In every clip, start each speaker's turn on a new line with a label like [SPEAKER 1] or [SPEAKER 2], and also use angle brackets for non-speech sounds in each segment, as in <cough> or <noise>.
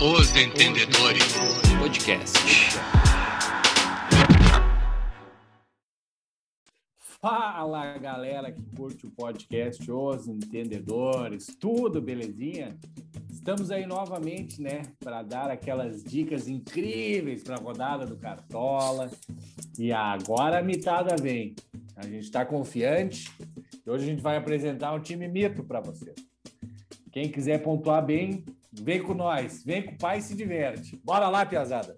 [SPEAKER 1] Os Entendedores Podcast.
[SPEAKER 2] Fala galera que curte o podcast Os Entendedores, tudo belezinha? Estamos aí novamente, né, para dar aquelas dicas incríveis para a rodada do Cartola. E agora a mitada vem. A gente está confiante e hoje a gente vai apresentar um time mito para você. Quem quiser pontuar bem, vem com nós, vem com o pai e se diverte. Bora lá, Piazada.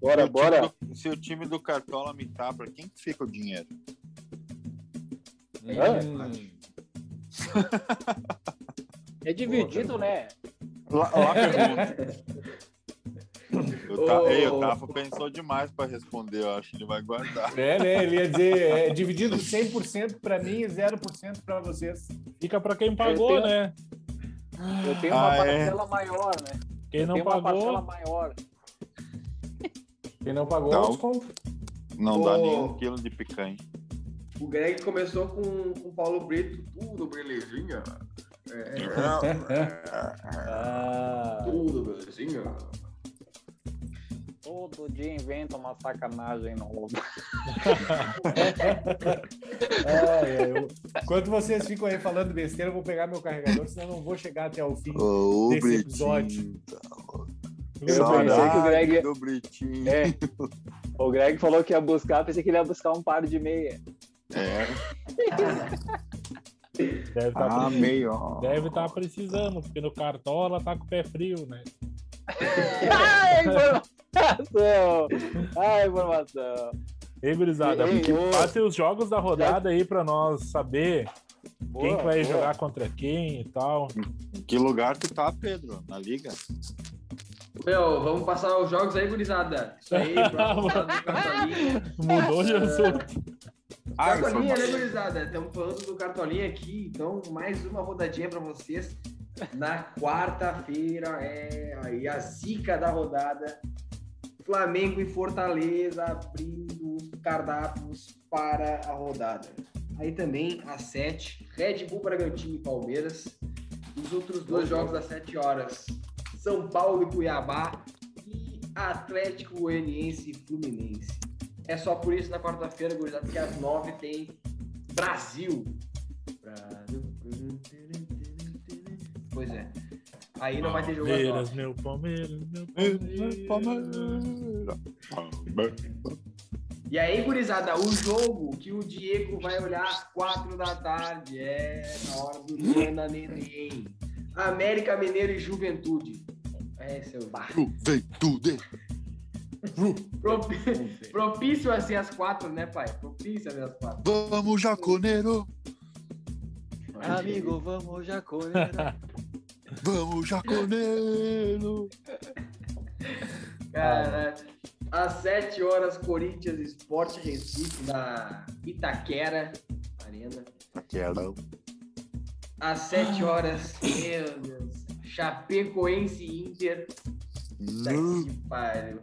[SPEAKER 3] Bora,
[SPEAKER 4] Se o
[SPEAKER 3] bora.
[SPEAKER 4] time do- se o time do Cartola me para quem que fica o dinheiro?
[SPEAKER 2] Hum.
[SPEAKER 5] É dividido, né?
[SPEAKER 4] Lá, <laughs> lá pergunta. Eu, ta-
[SPEAKER 2] Ô.
[SPEAKER 4] Ei, o Tafa pensou demais para responder, eu acho que ele vai guardar.
[SPEAKER 2] É, né? Ele ia dizer, é dividido 100% para mim e 0% para vocês.
[SPEAKER 6] Fica pra quem pagou,
[SPEAKER 5] Eu tenho-
[SPEAKER 6] né?
[SPEAKER 5] Eu tenho uma
[SPEAKER 4] Ah, é.
[SPEAKER 5] parcela maior, né?
[SPEAKER 6] Quem não
[SPEAKER 5] Tem uma parcela
[SPEAKER 6] pagou,
[SPEAKER 5] maior.
[SPEAKER 2] Quem não pagou,
[SPEAKER 4] Não.
[SPEAKER 2] eu desconto.
[SPEAKER 4] Não dá
[SPEAKER 7] Ô.
[SPEAKER 4] nenhum quilo de picanha.
[SPEAKER 7] O Greg começou com com o Paulo Brito, tudo belezinha. É,
[SPEAKER 2] Ah,
[SPEAKER 7] tudo belezinha.
[SPEAKER 5] Todo dia inventa uma sacanagem nova.
[SPEAKER 2] ai, ai, eu- Enquanto vocês ficam aí falando besteira, eu vou pegar meu carregador, senão eu não vou chegar até o fim.
[SPEAKER 4] Ô,
[SPEAKER 2] Desse Britinho, episódio.
[SPEAKER 5] Saudade pensei que o Greg-
[SPEAKER 4] do Britinho.
[SPEAKER 5] É. O Greg falou que ia buscar, pensei que ele ia buscar um par de meia.
[SPEAKER 4] É.
[SPEAKER 6] deve tá
[SPEAKER 4] Ah,
[SPEAKER 6] precisando.
[SPEAKER 4] meio. ó.
[SPEAKER 6] Deve estar precisando, porque no Cartola tá com o pé frio, né?
[SPEAKER 5] Ai, Ah, informação! Ai, informação!
[SPEAKER 6] Ei, gurizada,
[SPEAKER 5] Ei, ô.
[SPEAKER 6] passem os jogos da rodada aí pra nós saber
[SPEAKER 5] Boa,
[SPEAKER 6] quem que vai
[SPEAKER 5] boa.
[SPEAKER 6] jogar contra quem e tal.
[SPEAKER 5] <laughs>
[SPEAKER 4] Em Que lugar tu tá, Pedro? Na liga?
[SPEAKER 7] Meu, vamos passar os jogos aí, gurizada. Isso aí, pra falar do Cartolinha.
[SPEAKER 6] Mudou de assunto.
[SPEAKER 4] Ah,
[SPEAKER 7] Cartolinha, né,
[SPEAKER 4] informação.
[SPEAKER 7] gurizada? Estamos falando do Cartolinha aqui, então mais uma rodadinha pra vocês. Na quarta-feira é aí a zica da rodada. Flamengo e Fortaleza abrindo os cardápios para a rodada. Aí também às 7, Red Bull Bragantino e Palmeiras. Os outros dois jogos às 7 horas, São Paulo e Cuiabá e Atlético Goianiense e Fluminense. É só por isso na quarta-feira, gurizada, porque às 9 tem Brasil. Pois é. Aí não vai ter jogo às
[SPEAKER 6] Palmeiras,
[SPEAKER 7] nove.
[SPEAKER 6] meu Palmeiras,
[SPEAKER 5] Hum,
[SPEAKER 6] meu Palmeiras.
[SPEAKER 7] E aí, gurizada, o jogo que o Diego vai olhar às quatro da tarde é na hora do Luana Neném. América Mineiro e Juventude. É, seu bar.
[SPEAKER 4] Vem tudo.
[SPEAKER 7] Propi- Propício a ser às quatro, né, pai? Propício a ser às quatro.
[SPEAKER 4] Vamos, jaconeiro.
[SPEAKER 5] Amigo, vamos já correr.
[SPEAKER 4] Vamos, jaconeiro.
[SPEAKER 7] Caralho. Às 7 horas, Corinthians Esporte Recife na Itaquera Arena.
[SPEAKER 4] Aquela.
[SPEAKER 7] Às 7 horas, meu Deus, Chapecoense e Inter. Puta
[SPEAKER 4] Hum.
[SPEAKER 7] que pariu.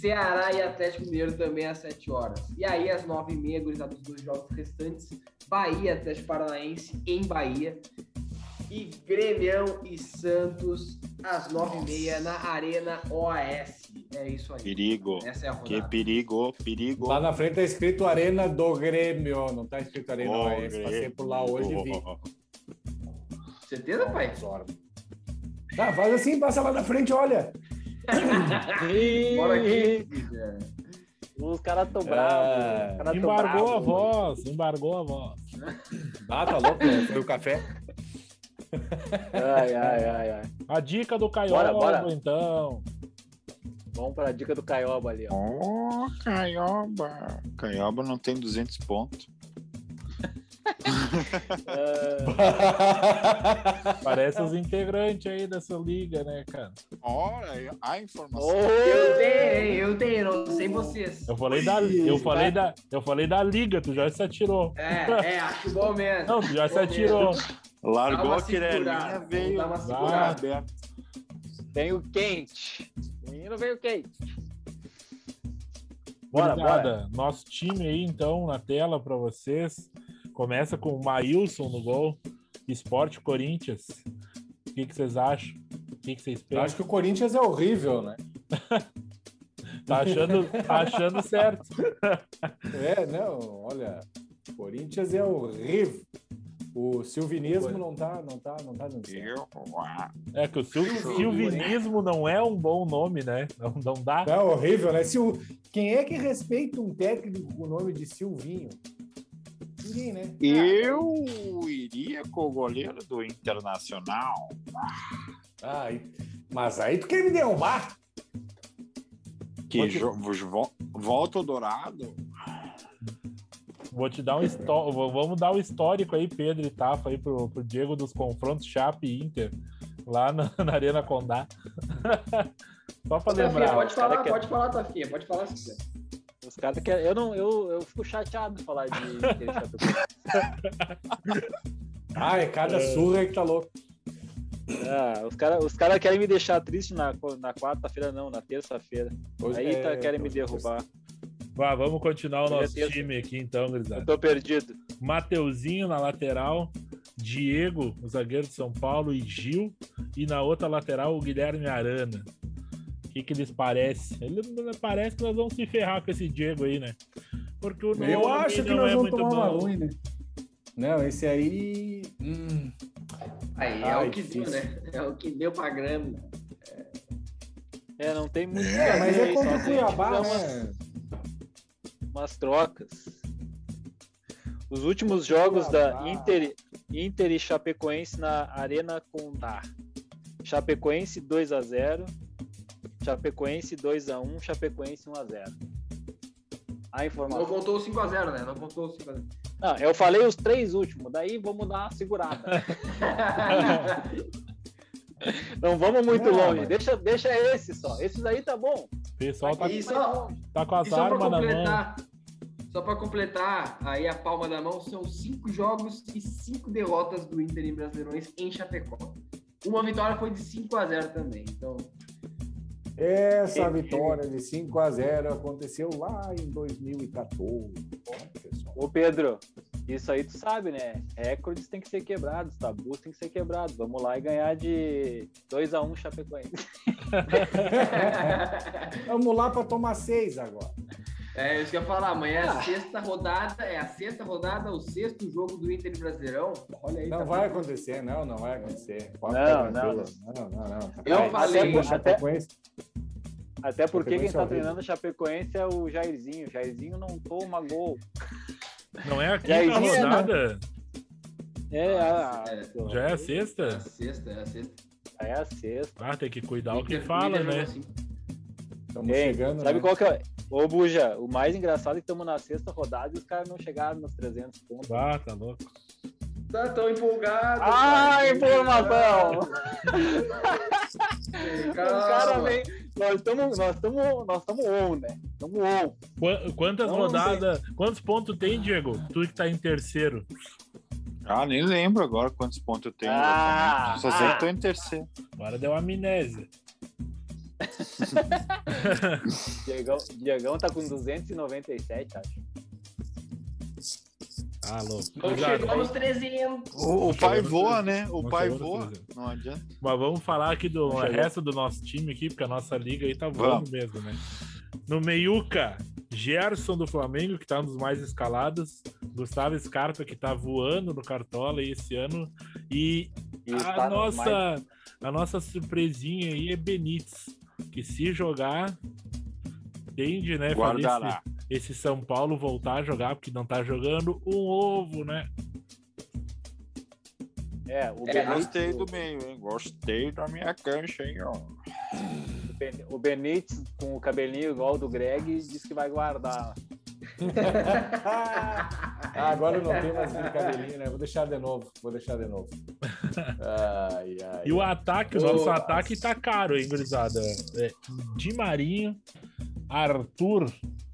[SPEAKER 7] Ceará e Atlético Mineiro também às 7 horas. E aí, às 9h30, gurizada dos dois jogos restantes, Bahia, Atlético Paranaense em Bahia. E Grêmio e Santos às 9h30 na Arena OAS. É isso aí.
[SPEAKER 4] Perigo.
[SPEAKER 7] Essa é a
[SPEAKER 4] Que
[SPEAKER 7] rodada.
[SPEAKER 4] perigo, perigo.
[SPEAKER 2] Lá na frente tá escrito Arena do Grêmio, não tá escrito Arena
[SPEAKER 4] Ô,
[SPEAKER 2] OS. Passei
[SPEAKER 4] Grêmio.
[SPEAKER 2] por lá hoje e vi.
[SPEAKER 7] Certeza, pai?
[SPEAKER 2] Tá, faz assim, passa lá na frente, olha.
[SPEAKER 7] Bora aqui.
[SPEAKER 5] Os caras tão bravos.
[SPEAKER 2] Ah,
[SPEAKER 5] os caras tá tão
[SPEAKER 6] Embargou a
[SPEAKER 5] bravos.
[SPEAKER 6] voz, embargou a voz.
[SPEAKER 2] Ah, tá louco, né? foi o café.
[SPEAKER 5] Ai, ai, ai, ai.
[SPEAKER 6] A dica do
[SPEAKER 5] Bora,
[SPEAKER 6] Caioba,
[SPEAKER 5] bora.
[SPEAKER 6] então.
[SPEAKER 5] Vamos pra dica do Caioba ali, ó.
[SPEAKER 4] Oh, Caioba. Caioba não tem 200 pontos.
[SPEAKER 5] Ah,
[SPEAKER 6] Parece os integrantes aí dessa liga, né, cara?
[SPEAKER 4] Olha, a informação.
[SPEAKER 7] Eu
[SPEAKER 5] oh!
[SPEAKER 7] tenho, eu tenho, não sei vocês.
[SPEAKER 6] Eu falei da, eu falei da, eu falei da liga, tu já se atirou.
[SPEAKER 7] É, é, acho bom mesmo.
[SPEAKER 6] Não, tu já se atirou.
[SPEAKER 7] Dá
[SPEAKER 4] Largou
[SPEAKER 7] uma
[SPEAKER 4] a quirelinha,
[SPEAKER 7] segurada,
[SPEAKER 4] veio.
[SPEAKER 7] Dá uma
[SPEAKER 6] Ah,
[SPEAKER 7] segurada.
[SPEAKER 4] aberto.
[SPEAKER 5] Tem o quente. O menino veio quente.
[SPEAKER 6] Bora,
[SPEAKER 5] Bora,
[SPEAKER 6] bora. Então, Nosso time aí, então, na tela pra vocês. Começa com o Maílson no gol. Esporte Corinthians. O que, que vocês acham? que, que você
[SPEAKER 2] Eu
[SPEAKER 6] espera?
[SPEAKER 2] acho que o Corinthians é horrível, né?
[SPEAKER 6] Tá achando, tá achando certo.
[SPEAKER 2] É, não, olha, o Corinthians é horrível. O silvinismo não tá, não tá, não tá dando certo.
[SPEAKER 4] Eu, ah,
[SPEAKER 6] É que o sil- silvinismo não é um bom nome, né? Não, não dá.
[SPEAKER 2] Não, é horrível, né? Sil... Quem é que respeita um técnico com o nome de Silvinho? Ninguém, né?
[SPEAKER 4] eu iria com o goleiro do Internacional.
[SPEAKER 2] Ah, e- mas aí tu quer me derrubar?
[SPEAKER 4] Que jo- vo- volta o Dourado.
[SPEAKER 6] Vou te dar um histó- v- Vamos dar o histórico aí, Pedro e Tafa, aí pro, pro Diego dos confrontos Chape e Inter, lá na, <laughs> na Arena Condá. Só pra
[SPEAKER 7] Tafinha,
[SPEAKER 6] lembrar.
[SPEAKER 7] pode falar,
[SPEAKER 5] Cara que-
[SPEAKER 7] pode falar, Tafinha, pode falar se quiser.
[SPEAKER 5] Os caras que eu não, eu, eu fico chateado em falar de Inter e Chapecoense.
[SPEAKER 2] Ah, é cada surra que tá louco.
[SPEAKER 5] Ah, os caras os cara querem me deixar triste na, na quarta-feira, não, na terça-feira.
[SPEAKER 2] Hoje-
[SPEAKER 5] Aí tá,
[SPEAKER 2] é,
[SPEAKER 5] querem me
[SPEAKER 2] hoje-
[SPEAKER 5] derrubar.
[SPEAKER 6] Vá, vamos continuar o
[SPEAKER 5] Primeira
[SPEAKER 6] nosso
[SPEAKER 5] terça.
[SPEAKER 6] time aqui então,
[SPEAKER 5] Eu
[SPEAKER 2] tá.
[SPEAKER 6] gurizada.
[SPEAKER 5] tô perdido.
[SPEAKER 6] Mateuzinho na lateral, Diego, o zagueiro de São Paulo, e Gil. E na outra lateral, o Guilherme Arana. O que, que lhes parece? Ele parece que nós vamos se ferrar com esse Diego aí, né? Porque o nome
[SPEAKER 2] Eu acho que
[SPEAKER 6] não
[SPEAKER 2] nós
[SPEAKER 6] é
[SPEAKER 2] vamos
[SPEAKER 6] muito
[SPEAKER 2] tomar uma
[SPEAKER 6] bom.
[SPEAKER 2] ruim, né? Não, esse aí. hum,
[SPEAKER 7] Aí é
[SPEAKER 2] Ah,
[SPEAKER 7] o que deu,
[SPEAKER 2] difícil.
[SPEAKER 7] né? É o que deu pra grama.
[SPEAKER 5] É, não tem muito.
[SPEAKER 2] É, mas é
[SPEAKER 5] Aí
[SPEAKER 2] contra
[SPEAKER 5] só
[SPEAKER 2] o
[SPEAKER 5] tem
[SPEAKER 2] Cuiabá,
[SPEAKER 5] umas-
[SPEAKER 2] né?
[SPEAKER 5] Umas trocas. Os últimos jogos da
[SPEAKER 2] Cuiabá.
[SPEAKER 5] Inter, Inter e Chapecoense na Arena Condá. Chapecoense 2x0. Chapecoense 2x1. Chapecoense 1x0. A
[SPEAKER 7] Não
[SPEAKER 5] informação.
[SPEAKER 7] contou o 5x0, né? Não contou o 5x0.
[SPEAKER 5] Não, eu falei os três últimos, daí vamos dar uma segurada. Não vamos muito
[SPEAKER 2] Não,
[SPEAKER 5] longe,
[SPEAKER 2] mas-
[SPEAKER 5] deixa, deixa esse só. Esses aí tá bom.
[SPEAKER 6] O pessoal tá,
[SPEAKER 7] e é só,
[SPEAKER 6] tá com
[SPEAKER 7] E
[SPEAKER 6] as
[SPEAKER 7] só para
[SPEAKER 6] armas na mão.
[SPEAKER 7] completar, só para completar, aí a palma da mão são cinco jogos e cinco derrotas do Inter em Brasileirões em Chapecó. Uma vitória foi de 5 a 0 também. Então,
[SPEAKER 2] Essa
[SPEAKER 7] Ele-
[SPEAKER 2] vitória de 5 a 0 aconteceu lá em 2014. né, pessoal?
[SPEAKER 5] Ô Pedro, isso aí tu sabe, né? Recordes tem que ser quebrados, tabus tem que ser quebrados. Vamos lá e ganhar de 2x1 Chapecoense.
[SPEAKER 2] Vamos lá para tomar seis agora.
[SPEAKER 7] é isso que eu ia falar. Amanhã é a sexta rodada, é a sexta rodada, o sexto jogo do Inter em Brasileirão. Olha aí.
[SPEAKER 2] Não
[SPEAKER 7] tá
[SPEAKER 2] vai
[SPEAKER 7] vendo?
[SPEAKER 2] acontecer, não, não vai acontecer. Pode
[SPEAKER 5] Não,
[SPEAKER 2] ficar
[SPEAKER 5] não,
[SPEAKER 2] tranquilo. não, não, não. tá
[SPEAKER 7] Eu
[SPEAKER 2] Vai,
[SPEAKER 7] falei,
[SPEAKER 2] sempre a
[SPEAKER 5] até-
[SPEAKER 2] Chapecoense.
[SPEAKER 5] Até porque
[SPEAKER 2] Chapecoense
[SPEAKER 5] quem
[SPEAKER 2] é
[SPEAKER 5] tá
[SPEAKER 2] horrível.
[SPEAKER 5] treinando Chapecoense é o Jairzinho. Jairzinho não toma gol.
[SPEAKER 6] Não é a
[SPEAKER 5] E aí,
[SPEAKER 6] quinta
[SPEAKER 2] né?
[SPEAKER 5] Diego?
[SPEAKER 6] rodada?
[SPEAKER 5] É, a,
[SPEAKER 7] É,
[SPEAKER 6] Já é a sexta?
[SPEAKER 7] É a sexta, é a sexta.
[SPEAKER 5] já é a sexta.
[SPEAKER 6] Ah, tem que cuidar o que
[SPEAKER 7] Inter- assim.
[SPEAKER 6] fala,
[SPEAKER 7] Inter jogou
[SPEAKER 6] né?
[SPEAKER 7] cinco.
[SPEAKER 2] Estamos
[SPEAKER 5] Ei,
[SPEAKER 2] chegando.
[SPEAKER 5] Sabe
[SPEAKER 2] né?
[SPEAKER 5] qual que é? Ô, Buja, o mais engraçado é que estamos na sexta rodada e os caras não chegaram nos 300
[SPEAKER 7] assim.
[SPEAKER 5] pontos.
[SPEAKER 6] Ah, tá louco.
[SPEAKER 7] Tá tão empolgado.
[SPEAKER 5] Ah,
[SPEAKER 7] cara.
[SPEAKER 5] informação!
[SPEAKER 7] Calma.
[SPEAKER 5] Os caras vêm. Nós estamos nós tamo, nós tamo on, né? Estamos on.
[SPEAKER 6] Qua- Quantas
[SPEAKER 2] Onze.
[SPEAKER 6] rodadas? Quantos pontos tem, Diego? Tu que tá em terceiro.
[SPEAKER 4] Ah, nem lembro agora quantos pontos eu tenho.
[SPEAKER 5] Ah,
[SPEAKER 4] exatamente. Só sei
[SPEAKER 5] ah.
[SPEAKER 4] que tô em terceiro.
[SPEAKER 6] Agora deu amnésia.
[SPEAKER 5] Diegão, Diegão tá com 297, acho.
[SPEAKER 6] Ah, louco.
[SPEAKER 7] Não
[SPEAKER 6] Cuidado.
[SPEAKER 7] chegou nos 300.
[SPEAKER 4] O, o pai
[SPEAKER 6] Chegou no
[SPEAKER 4] voa,
[SPEAKER 6] terceiro.
[SPEAKER 4] né? O
[SPEAKER 6] Não
[SPEAKER 4] pai
[SPEAKER 6] chegou no
[SPEAKER 4] voa.
[SPEAKER 6] terceiro.
[SPEAKER 4] Não adianta.
[SPEAKER 6] Mas vamos falar aqui do
[SPEAKER 5] Chegou.
[SPEAKER 6] resto do nosso time aqui, porque a nossa liga aí tá voando mesmo, né? No meiuca, Gerson do Flamengo, que tá um dos mais escalados. Gustavo Scarpa, que tá voando no Cartola aí esse ano. E
[SPEAKER 5] E
[SPEAKER 6] a
[SPEAKER 5] tá no mais-
[SPEAKER 6] Ah, nossa, a nossa surpresinha aí é Benítez, que se jogar, tende,
[SPEAKER 5] É
[SPEAKER 6] né? fazer
[SPEAKER 4] Guardará.
[SPEAKER 6] Esse, esse São Paulo voltar a jogar, porque não tá jogando um ovo, né?
[SPEAKER 5] É, o,
[SPEAKER 7] É,
[SPEAKER 5] Benítez,
[SPEAKER 4] Gostei do meio, hein? Gostei da minha cancha, hein, ó.
[SPEAKER 5] o Ben- o Benítez com o cabelinho igual ao do Greg diz que vai guardar. é?
[SPEAKER 2] Ah, agora não tem mais brincadeirinha, né? Vou deixar de novo, vou deixar de novo. Ai, ai. É,
[SPEAKER 6] E o ataque, o
[SPEAKER 7] Ô,
[SPEAKER 6] nosso ataque tá caro, hein, gurizada? É, Di Marinho, Arthur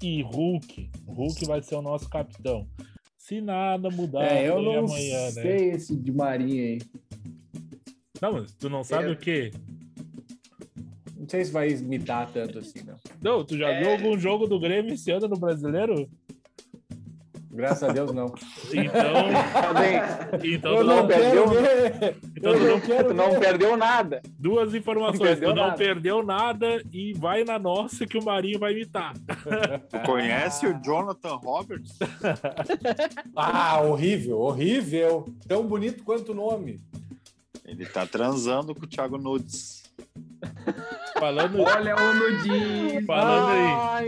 [SPEAKER 6] e Hulk. Hulk vai ser o nosso capitão. Se nada mudar
[SPEAKER 2] É, eu
[SPEAKER 6] até
[SPEAKER 2] não
[SPEAKER 6] amanhã, né?
[SPEAKER 2] sei esse de Marinha aí.
[SPEAKER 6] Não, mas tu não sabe
[SPEAKER 7] Eu-
[SPEAKER 6] o quê?
[SPEAKER 2] Não sei se vai imitar tanto assim, não.
[SPEAKER 6] Não, tu já
[SPEAKER 7] É.
[SPEAKER 6] viu algum jogo do Grêmio esse ano no Brasileiro?
[SPEAKER 2] Graças a Deus, não.
[SPEAKER 6] Então,
[SPEAKER 5] Também.
[SPEAKER 6] então
[SPEAKER 2] Eu
[SPEAKER 6] tu não,
[SPEAKER 2] não quero
[SPEAKER 5] perdeu,
[SPEAKER 2] ver.
[SPEAKER 6] então
[SPEAKER 2] Eu
[SPEAKER 6] tu
[SPEAKER 2] não
[SPEAKER 6] não-
[SPEAKER 2] quero
[SPEAKER 5] Tu não
[SPEAKER 2] ver.
[SPEAKER 5] perdeu nada.
[SPEAKER 6] duas informações.
[SPEAKER 5] Perdeu
[SPEAKER 6] Tu não
[SPEAKER 5] nada.
[SPEAKER 6] perdeu nada e vai na nossa que o Marinho vai imitar.
[SPEAKER 4] Tu conhece
[SPEAKER 5] Ah.
[SPEAKER 4] o Jonathan Roberts?
[SPEAKER 2] Ah, horrível, horrível. Tão bonito quanto o nome.
[SPEAKER 4] Ele tá transando com o Thiago Nudes.
[SPEAKER 6] Falando,
[SPEAKER 7] Olha o nudinho.
[SPEAKER 6] falando aí.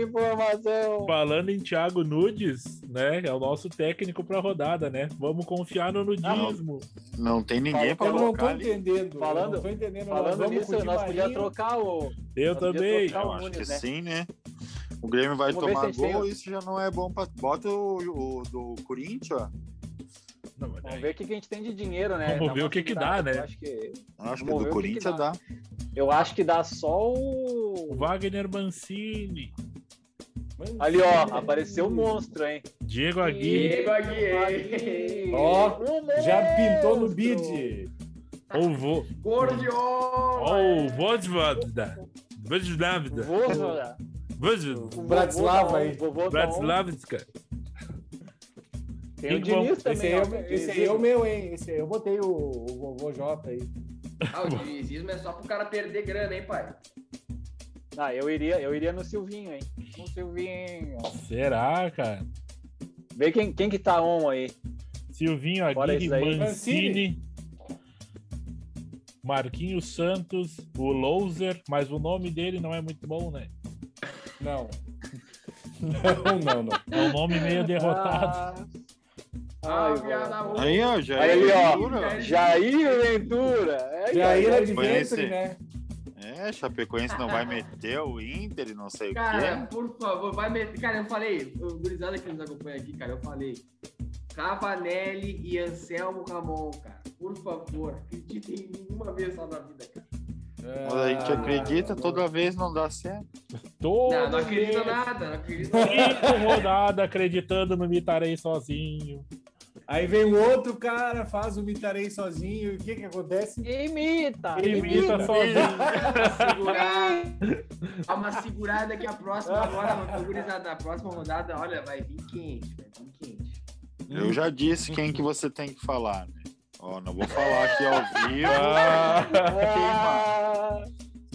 [SPEAKER 5] Ah, informação.
[SPEAKER 6] Falando em Thiago Nudes, né? É o nosso técnico pra rodada, né? Vamos confiar no nudismo.
[SPEAKER 4] Não tem ninguém pra
[SPEAKER 2] Eu Então, não tô
[SPEAKER 4] colocar ali.
[SPEAKER 2] entendendo.
[SPEAKER 5] Falando-
[SPEAKER 2] eu não tô entendendo. nós
[SPEAKER 5] Falando
[SPEAKER 2] vamos
[SPEAKER 5] nisso,
[SPEAKER 2] com o Di
[SPEAKER 5] nós podíamos
[SPEAKER 2] Maria.
[SPEAKER 5] trocar o.
[SPEAKER 6] Eu
[SPEAKER 5] Nós
[SPEAKER 6] também.
[SPEAKER 5] podíamos trocar
[SPEAKER 4] Eu
[SPEAKER 5] o
[SPEAKER 4] acho que
[SPEAKER 5] Nunes, né?
[SPEAKER 4] sim, né? O Grêmio vai
[SPEAKER 5] Vamos ver
[SPEAKER 4] tomar
[SPEAKER 5] se a gente
[SPEAKER 4] gol,
[SPEAKER 5] tem-
[SPEAKER 4] isso já não é bom pra. Bota o, o do Corinthians.
[SPEAKER 6] Não, mas
[SPEAKER 5] Vamos
[SPEAKER 6] daí-
[SPEAKER 5] ver o que que a gente tem de dinheiro, né?
[SPEAKER 6] Vamos
[SPEAKER 5] Dá
[SPEAKER 6] ver
[SPEAKER 5] uma
[SPEAKER 6] o que que
[SPEAKER 5] segurada,
[SPEAKER 6] dá, né?
[SPEAKER 5] Eu acho que,
[SPEAKER 4] Acho que
[SPEAKER 5] Vamos
[SPEAKER 4] o
[SPEAKER 5] ver
[SPEAKER 4] do
[SPEAKER 5] o que
[SPEAKER 4] Corinthians
[SPEAKER 5] que
[SPEAKER 4] dá.
[SPEAKER 5] dá. eu acho que dá só o.
[SPEAKER 6] O Wagner Mancini,
[SPEAKER 2] Mano,
[SPEAKER 5] Ali, ó, apareceu
[SPEAKER 2] um
[SPEAKER 5] um o monstro, hein?
[SPEAKER 6] Diego Aguirre,
[SPEAKER 7] Diego Aguirre.
[SPEAKER 2] Ó,
[SPEAKER 5] O
[SPEAKER 2] Já pintou no
[SPEAKER 5] monstro.
[SPEAKER 2] bid.
[SPEAKER 6] ou vo...
[SPEAKER 7] Gordiol.
[SPEAKER 6] ou Vojvoda. Vojvodavda.
[SPEAKER 5] Vovô, né?
[SPEAKER 6] Vojvod-
[SPEAKER 5] Vovô
[SPEAKER 2] Bratislava
[SPEAKER 5] tá on,
[SPEAKER 2] aí.
[SPEAKER 5] vovô tá on.
[SPEAKER 6] Bratislavska.
[SPEAKER 5] Tem o
[SPEAKER 6] Quem que vamos-
[SPEAKER 5] Diniz
[SPEAKER 2] Esse aí,
[SPEAKER 5] também.
[SPEAKER 2] é,
[SPEAKER 5] ó,
[SPEAKER 2] o-
[SPEAKER 5] que
[SPEAKER 2] esse aí é o meu, hein? Esse aí eu botei o, o vovô Jota aí.
[SPEAKER 7] Ah, o dinizismo é só pro cara perder grana, hein, pai?
[SPEAKER 5] Ah, eu iria, eu iria no Silvinho, hein? No Silvinho.
[SPEAKER 6] Será, cara?
[SPEAKER 5] Vê quem, quem que tá on aí.
[SPEAKER 6] Silvinho
[SPEAKER 5] Fora
[SPEAKER 6] Aguirre
[SPEAKER 5] isso aí.
[SPEAKER 6] Mancini. Marquinhos Santos, o Louser, mas o nome dele não é muito bom, né?
[SPEAKER 2] Não. Não, não, não.
[SPEAKER 6] É um nome
[SPEAKER 7] <laughs>
[SPEAKER 6] meio derrotado.
[SPEAKER 5] Ah,
[SPEAKER 7] Ah,
[SPEAKER 5] ai,
[SPEAKER 7] viada
[SPEAKER 5] vó.
[SPEAKER 7] boa.
[SPEAKER 4] Aí, ó, já
[SPEAKER 5] Aí,
[SPEAKER 4] é
[SPEAKER 5] ó.
[SPEAKER 4] Ventura.
[SPEAKER 5] Jair Ventura. É,
[SPEAKER 2] Jair é
[SPEAKER 5] Jair.
[SPEAKER 2] de
[SPEAKER 4] foi
[SPEAKER 2] ventre,
[SPEAKER 4] esse.
[SPEAKER 2] né?
[SPEAKER 4] É, Chapecoense
[SPEAKER 5] <laughs>
[SPEAKER 4] não vai meter o Inter e não sei
[SPEAKER 7] Cara,
[SPEAKER 4] o quê.
[SPEAKER 7] por favor, vai meter. Cara, eu falei, o gurizada que nos acompanha aqui, cara, eu falei. Ravanelli e Anselmo Ramon, cara. Por favor, acreditem em mim uma vez só na vida, cara.
[SPEAKER 4] Mas a gente
[SPEAKER 2] Ah,
[SPEAKER 4] acredita, toda vez não dá certo.
[SPEAKER 6] Todo
[SPEAKER 7] Não, não acredito
[SPEAKER 6] mês.
[SPEAKER 7] nada, não acredito nada.
[SPEAKER 6] Cinco rodadas acreditando no Mitarei sozinho.
[SPEAKER 2] Aí vem o outro cara, faz o mitarei sozinho. E o que que acontece?
[SPEAKER 5] Imita.
[SPEAKER 2] Ele
[SPEAKER 6] Imita sozinho.
[SPEAKER 7] segurar. Dá uma segurada que a próxima agora, gurizada, a próxima rodada, olha, vai vir quente, vai vir quente.
[SPEAKER 4] Eu já disse quem que você tem que falar, né? Ó, não vou falar aqui
[SPEAKER 2] <laughs>
[SPEAKER 4] ao vivo.
[SPEAKER 6] Ah,
[SPEAKER 5] Ah,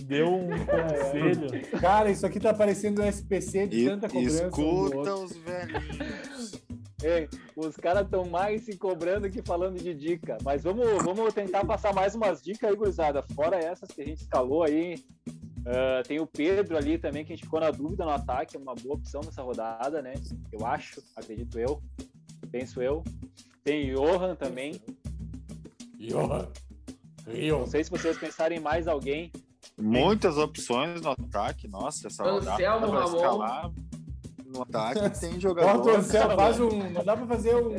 [SPEAKER 6] deu um conselho.
[SPEAKER 2] Cara, isso aqui tá parecendo um SPC de
[SPEAKER 4] E-
[SPEAKER 2] tanta cobrança. um do
[SPEAKER 4] escuta
[SPEAKER 2] outro.
[SPEAKER 4] os velhinhos.
[SPEAKER 5] ei, os caras estão mais se cobrando que falando de dica. Mas vamos, vamos tentar passar mais umas dicas aí, gurizada. Fora essas que a gente escalou aí. Ah, tem o Pedro ali também, que a gente ficou na dúvida no ataque. É uma boa opção nessa rodada, né? Eu acho, acredito eu. Penso eu. Tem Johan também.
[SPEAKER 2] Johan.
[SPEAKER 5] Não
[SPEAKER 2] Johan.
[SPEAKER 5] sei se vocês pensarem em mais alguém.
[SPEAKER 4] Muitas opções no ataque, nossa, essa rodada
[SPEAKER 7] Anselmo
[SPEAKER 4] vai
[SPEAKER 7] Ramon.
[SPEAKER 4] escalar.
[SPEAKER 2] <laughs>
[SPEAKER 4] No ataque tem
[SPEAKER 2] Bota o
[SPEAKER 4] jogador.
[SPEAKER 2] Anselmo, faz um. Não dá pra fazer um.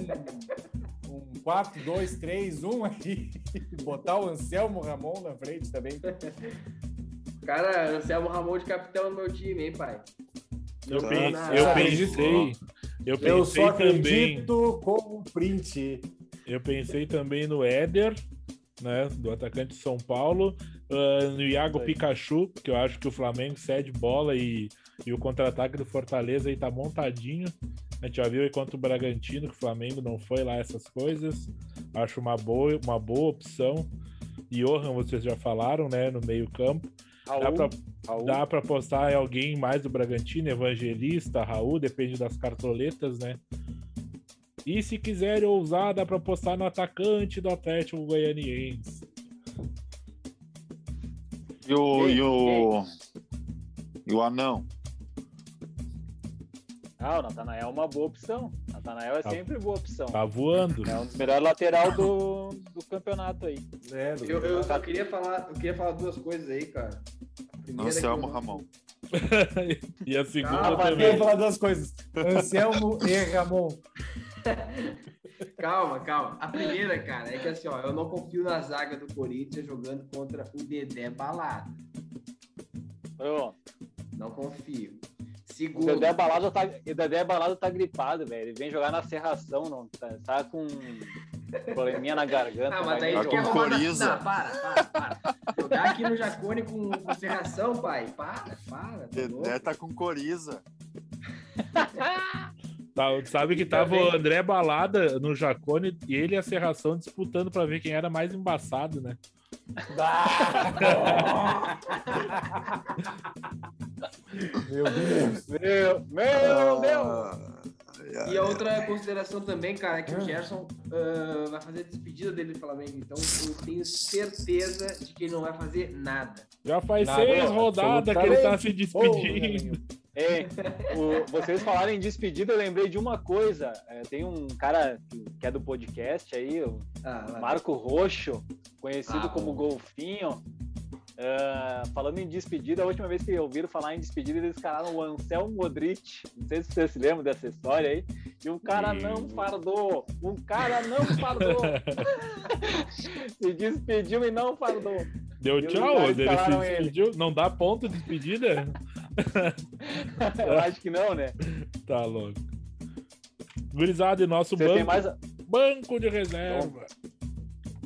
[SPEAKER 2] Um 4, 2, 3, 1 aqui. um <laughs> Botar o Anselmo Ramon na frente também.
[SPEAKER 7] Cara, Anselmo Ramon de capitão do meu time, hein, pai?
[SPEAKER 6] Eu,
[SPEAKER 4] Tá.
[SPEAKER 6] pen-
[SPEAKER 7] Não,
[SPEAKER 6] eu
[SPEAKER 2] não.
[SPEAKER 6] pensei. Eu pensei
[SPEAKER 2] Eu só
[SPEAKER 6] também.
[SPEAKER 2] acredito com o print.
[SPEAKER 6] Eu pensei também no Éder, né? Do atacante de São Paulo. ah, no Iago
[SPEAKER 2] Aí.
[SPEAKER 6] Pikachu, que eu acho que o Flamengo cede bola e, e o contra-ataque do Fortaleza aí tá montadinho. A gente já viu aí contra o Bragantino, que o Flamengo não foi lá essas coisas. Acho uma boa, uma boa opção. Johan, vocês já falaram, né? No meio-campo. Dá
[SPEAKER 5] Raul,
[SPEAKER 6] pra
[SPEAKER 5] Raul.
[SPEAKER 6] Dá pra postar em alguém mais do Bragantino, Evangelista, Raul, depende das cartoletas, né? E se quiserem ousar, dá pra postar no atacante do Atlético Goianiense.
[SPEAKER 4] E o, e o, e o anão.
[SPEAKER 5] Ah, o Natanael é uma boa opção. Natanael é
[SPEAKER 6] Tá.
[SPEAKER 5] sempre boa opção.
[SPEAKER 6] Tá voando.
[SPEAKER 5] É um dos melhores lateral do, do campeonato aí.
[SPEAKER 2] É,
[SPEAKER 7] Eu, eu só queria falar, eu queria falar duas coisas aí, cara. A primeira é que
[SPEAKER 4] Anselmo
[SPEAKER 7] eu-
[SPEAKER 4] Ramon.
[SPEAKER 6] E a segunda
[SPEAKER 7] Ah,
[SPEAKER 2] Eu
[SPEAKER 6] também.
[SPEAKER 2] ia falar duas coisas. Anselmo e Ramon.
[SPEAKER 7] Calma, calma. A primeira, cara, é que assim, ó, eu não confio na zaga do Corinthians jogando contra o Dedé Balado.
[SPEAKER 5] Pronto.
[SPEAKER 7] Não confio.
[SPEAKER 5] O
[SPEAKER 7] Segundo,
[SPEAKER 5] Dedé Balado tá, o Dedé Balado tá gripado, velho. Ele vem jogar na serração, não. Tá, tá com probleminha na garganta. tá
[SPEAKER 7] Ah, mas daí
[SPEAKER 5] vai-
[SPEAKER 7] tu
[SPEAKER 4] com
[SPEAKER 7] quer arrumar na...
[SPEAKER 4] coriza.
[SPEAKER 7] Não, para, para, para. Jogar aqui no Jacone com, com serração, tá pai. Para, para. tá louco?
[SPEAKER 4] Dedé tá com coriza.
[SPEAKER 6] Tá, sabe que tava o André Balada no Jacone e ele e a Serração disputando pra ver quem era mais embaçado, né?
[SPEAKER 2] Meu Deus.
[SPEAKER 5] Meu, meu Deus!
[SPEAKER 7] E a outra consideração também, cara, é que o Gerson ah, vai fazer a despedida dele do Flamengo. Então eu tenho certeza de que ele não vai fazer nada.
[SPEAKER 6] Já faz
[SPEAKER 2] Nada,
[SPEAKER 6] seis rodadas que ele tá se despedindo.
[SPEAKER 5] Ei, o- vocês falarem em despedida, eu lembrei de uma coisa. É, tem um cara que, que é do podcast aí, o
[SPEAKER 7] Ah, vai.
[SPEAKER 5] Marco Roxo, conhecido
[SPEAKER 7] Ah,
[SPEAKER 5] como
[SPEAKER 7] bom.
[SPEAKER 5] Golfinho. Ah, falando em despedida, a última vez que ouviram falar em despedida, eles escalaram o Anselmo Modric. Não sei se vocês se lembram dessa história aí. E o cara não fardou. O cara não
[SPEAKER 7] <laughs>
[SPEAKER 5] fardou. se despediu e não fardou.
[SPEAKER 6] Deu
[SPEAKER 5] E os
[SPEAKER 6] tchau,
[SPEAKER 5] caras
[SPEAKER 6] ele se
[SPEAKER 5] escalaram ele.
[SPEAKER 6] despediu. Não dá ponto de despedida?
[SPEAKER 5] Eu acho que não, né?
[SPEAKER 6] Tá louco. Gurizada, e nosso
[SPEAKER 5] Você tem
[SPEAKER 6] banco,
[SPEAKER 5] mais,
[SPEAKER 6] banco de reserva.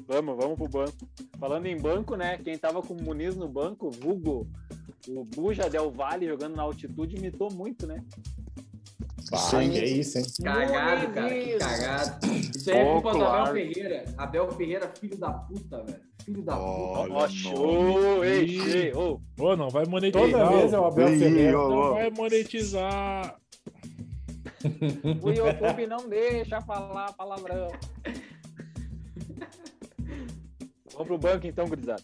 [SPEAKER 5] Vamos, vamos pro banco. Falando em banco, né? Quem tava com o Muniz no banco, vulgo, o Buja Del Valle jogando na altitude, mitou muito, né?
[SPEAKER 4] Ah,
[SPEAKER 2] Sim, que isso, hein?
[SPEAKER 7] Cagado, cara, que
[SPEAKER 5] Muniz.
[SPEAKER 7] cagado. Isso aí é
[SPEAKER 4] Pô,
[SPEAKER 7] culpa do Abel
[SPEAKER 4] claro.
[SPEAKER 7] Ferreira. Abel Ferreira, filho da puta, velho. Filho da puta.
[SPEAKER 4] Olha,
[SPEAKER 5] Ó, show! Ei, ei, ô.
[SPEAKER 6] Pô, não vai monetizar.
[SPEAKER 2] Toda vez é o Abel
[SPEAKER 4] Ih,
[SPEAKER 2] Ferreira.
[SPEAKER 4] ô,
[SPEAKER 6] Não
[SPEAKER 4] ô.
[SPEAKER 6] vai monetizar.
[SPEAKER 5] O YouTube não deixa falar palavrão. Vamos pro banco então, gurizada.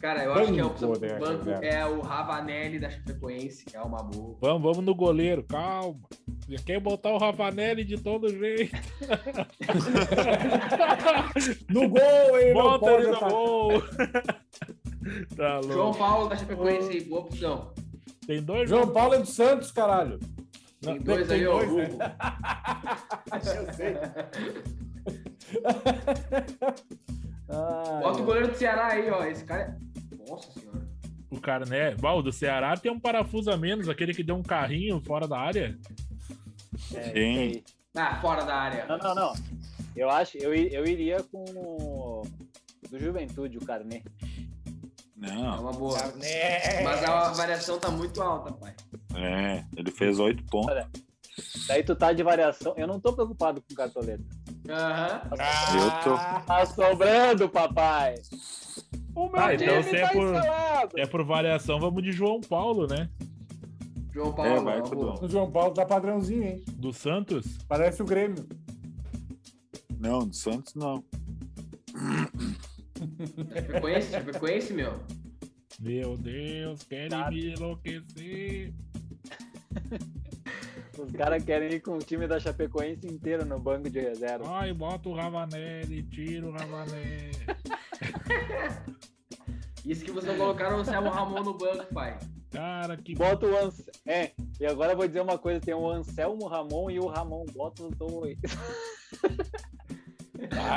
[SPEAKER 7] Cara, eu acho que a opção
[SPEAKER 2] Banco,
[SPEAKER 7] pro
[SPEAKER 2] né,
[SPEAKER 7] banco
[SPEAKER 2] cara?
[SPEAKER 7] é o Ravanelli da Chapecoense, que é uma boa.
[SPEAKER 6] Vamos, vamos no goleiro, calma. Já quer botar o Ravanelli de todo jeito.
[SPEAKER 2] <laughs> No gol, hein? Não
[SPEAKER 6] Bota
[SPEAKER 2] pode
[SPEAKER 6] ele no
[SPEAKER 2] atacar.
[SPEAKER 6] gol. tá
[SPEAKER 7] João
[SPEAKER 6] louco.
[SPEAKER 7] Paulo da Chapecoense aí, boa opção.
[SPEAKER 6] Tem dois
[SPEAKER 2] João Paulo é do Santos, caralho.
[SPEAKER 7] Tem
[SPEAKER 6] Não,
[SPEAKER 7] dois
[SPEAKER 2] tem
[SPEAKER 7] aí, ó.
[SPEAKER 2] dois, né?
[SPEAKER 7] Hugo.
[SPEAKER 2] Eu sei.
[SPEAKER 7] Bota o goleiro do Ceará aí, ó. Esse cara é. Nossa senhora.
[SPEAKER 6] O cara, né? Bah, o do Ceará tem um parafuso a menos, aquele que deu um carrinho fora da área.
[SPEAKER 5] É,
[SPEAKER 4] Sim.
[SPEAKER 5] isso aí.
[SPEAKER 7] Ah, fora da área.
[SPEAKER 5] Não, não, não. Eu acho, eu, i- eu iria com o do Juventude, o Carnê.
[SPEAKER 7] É
[SPEAKER 4] Não,
[SPEAKER 7] uma boa.
[SPEAKER 2] Né?
[SPEAKER 7] Mas a variação tá muito alta, pai.
[SPEAKER 4] é. Ele fez oito pontos.
[SPEAKER 5] Daí tu tá de variação. Eu não tô preocupado com o cartoleta.
[SPEAKER 7] Aham.
[SPEAKER 4] Eu
[SPEAKER 7] Ah,
[SPEAKER 4] tô.
[SPEAKER 5] Tá sobrando, papai. O meu
[SPEAKER 6] Ah, então
[SPEAKER 5] time
[SPEAKER 6] você
[SPEAKER 5] tá
[SPEAKER 6] é por-
[SPEAKER 5] escalado.
[SPEAKER 6] É por variação, vamos de João Paulo, né?
[SPEAKER 7] João Paulo,
[SPEAKER 4] É,
[SPEAKER 7] uma
[SPEAKER 4] vai com o
[SPEAKER 7] boa.
[SPEAKER 4] Dom.
[SPEAKER 2] O João Paulo tá padrãozinho, hein?
[SPEAKER 6] Do Santos.
[SPEAKER 2] Parece o Grêmio. <laughs>
[SPEAKER 4] Não, do Santos não.
[SPEAKER 7] Chapecoense, Chapecoense, meu.
[SPEAKER 6] Meu Deus, querem me enlouquecer.
[SPEAKER 5] Os caras querem ir com o time da Chapecoense inteiro no banco de reserva.
[SPEAKER 6] Ai, bota o Ravanelli, tira o Ravanelli.
[SPEAKER 7] Isso que vocês não colocaram o Anselmo Ramon no banco, pai.
[SPEAKER 6] Cara, que
[SPEAKER 5] Bota o Anselmo. É, e agora eu vou dizer uma coisa: tem o Anselmo Ramon e o Ramon. Bota os dois.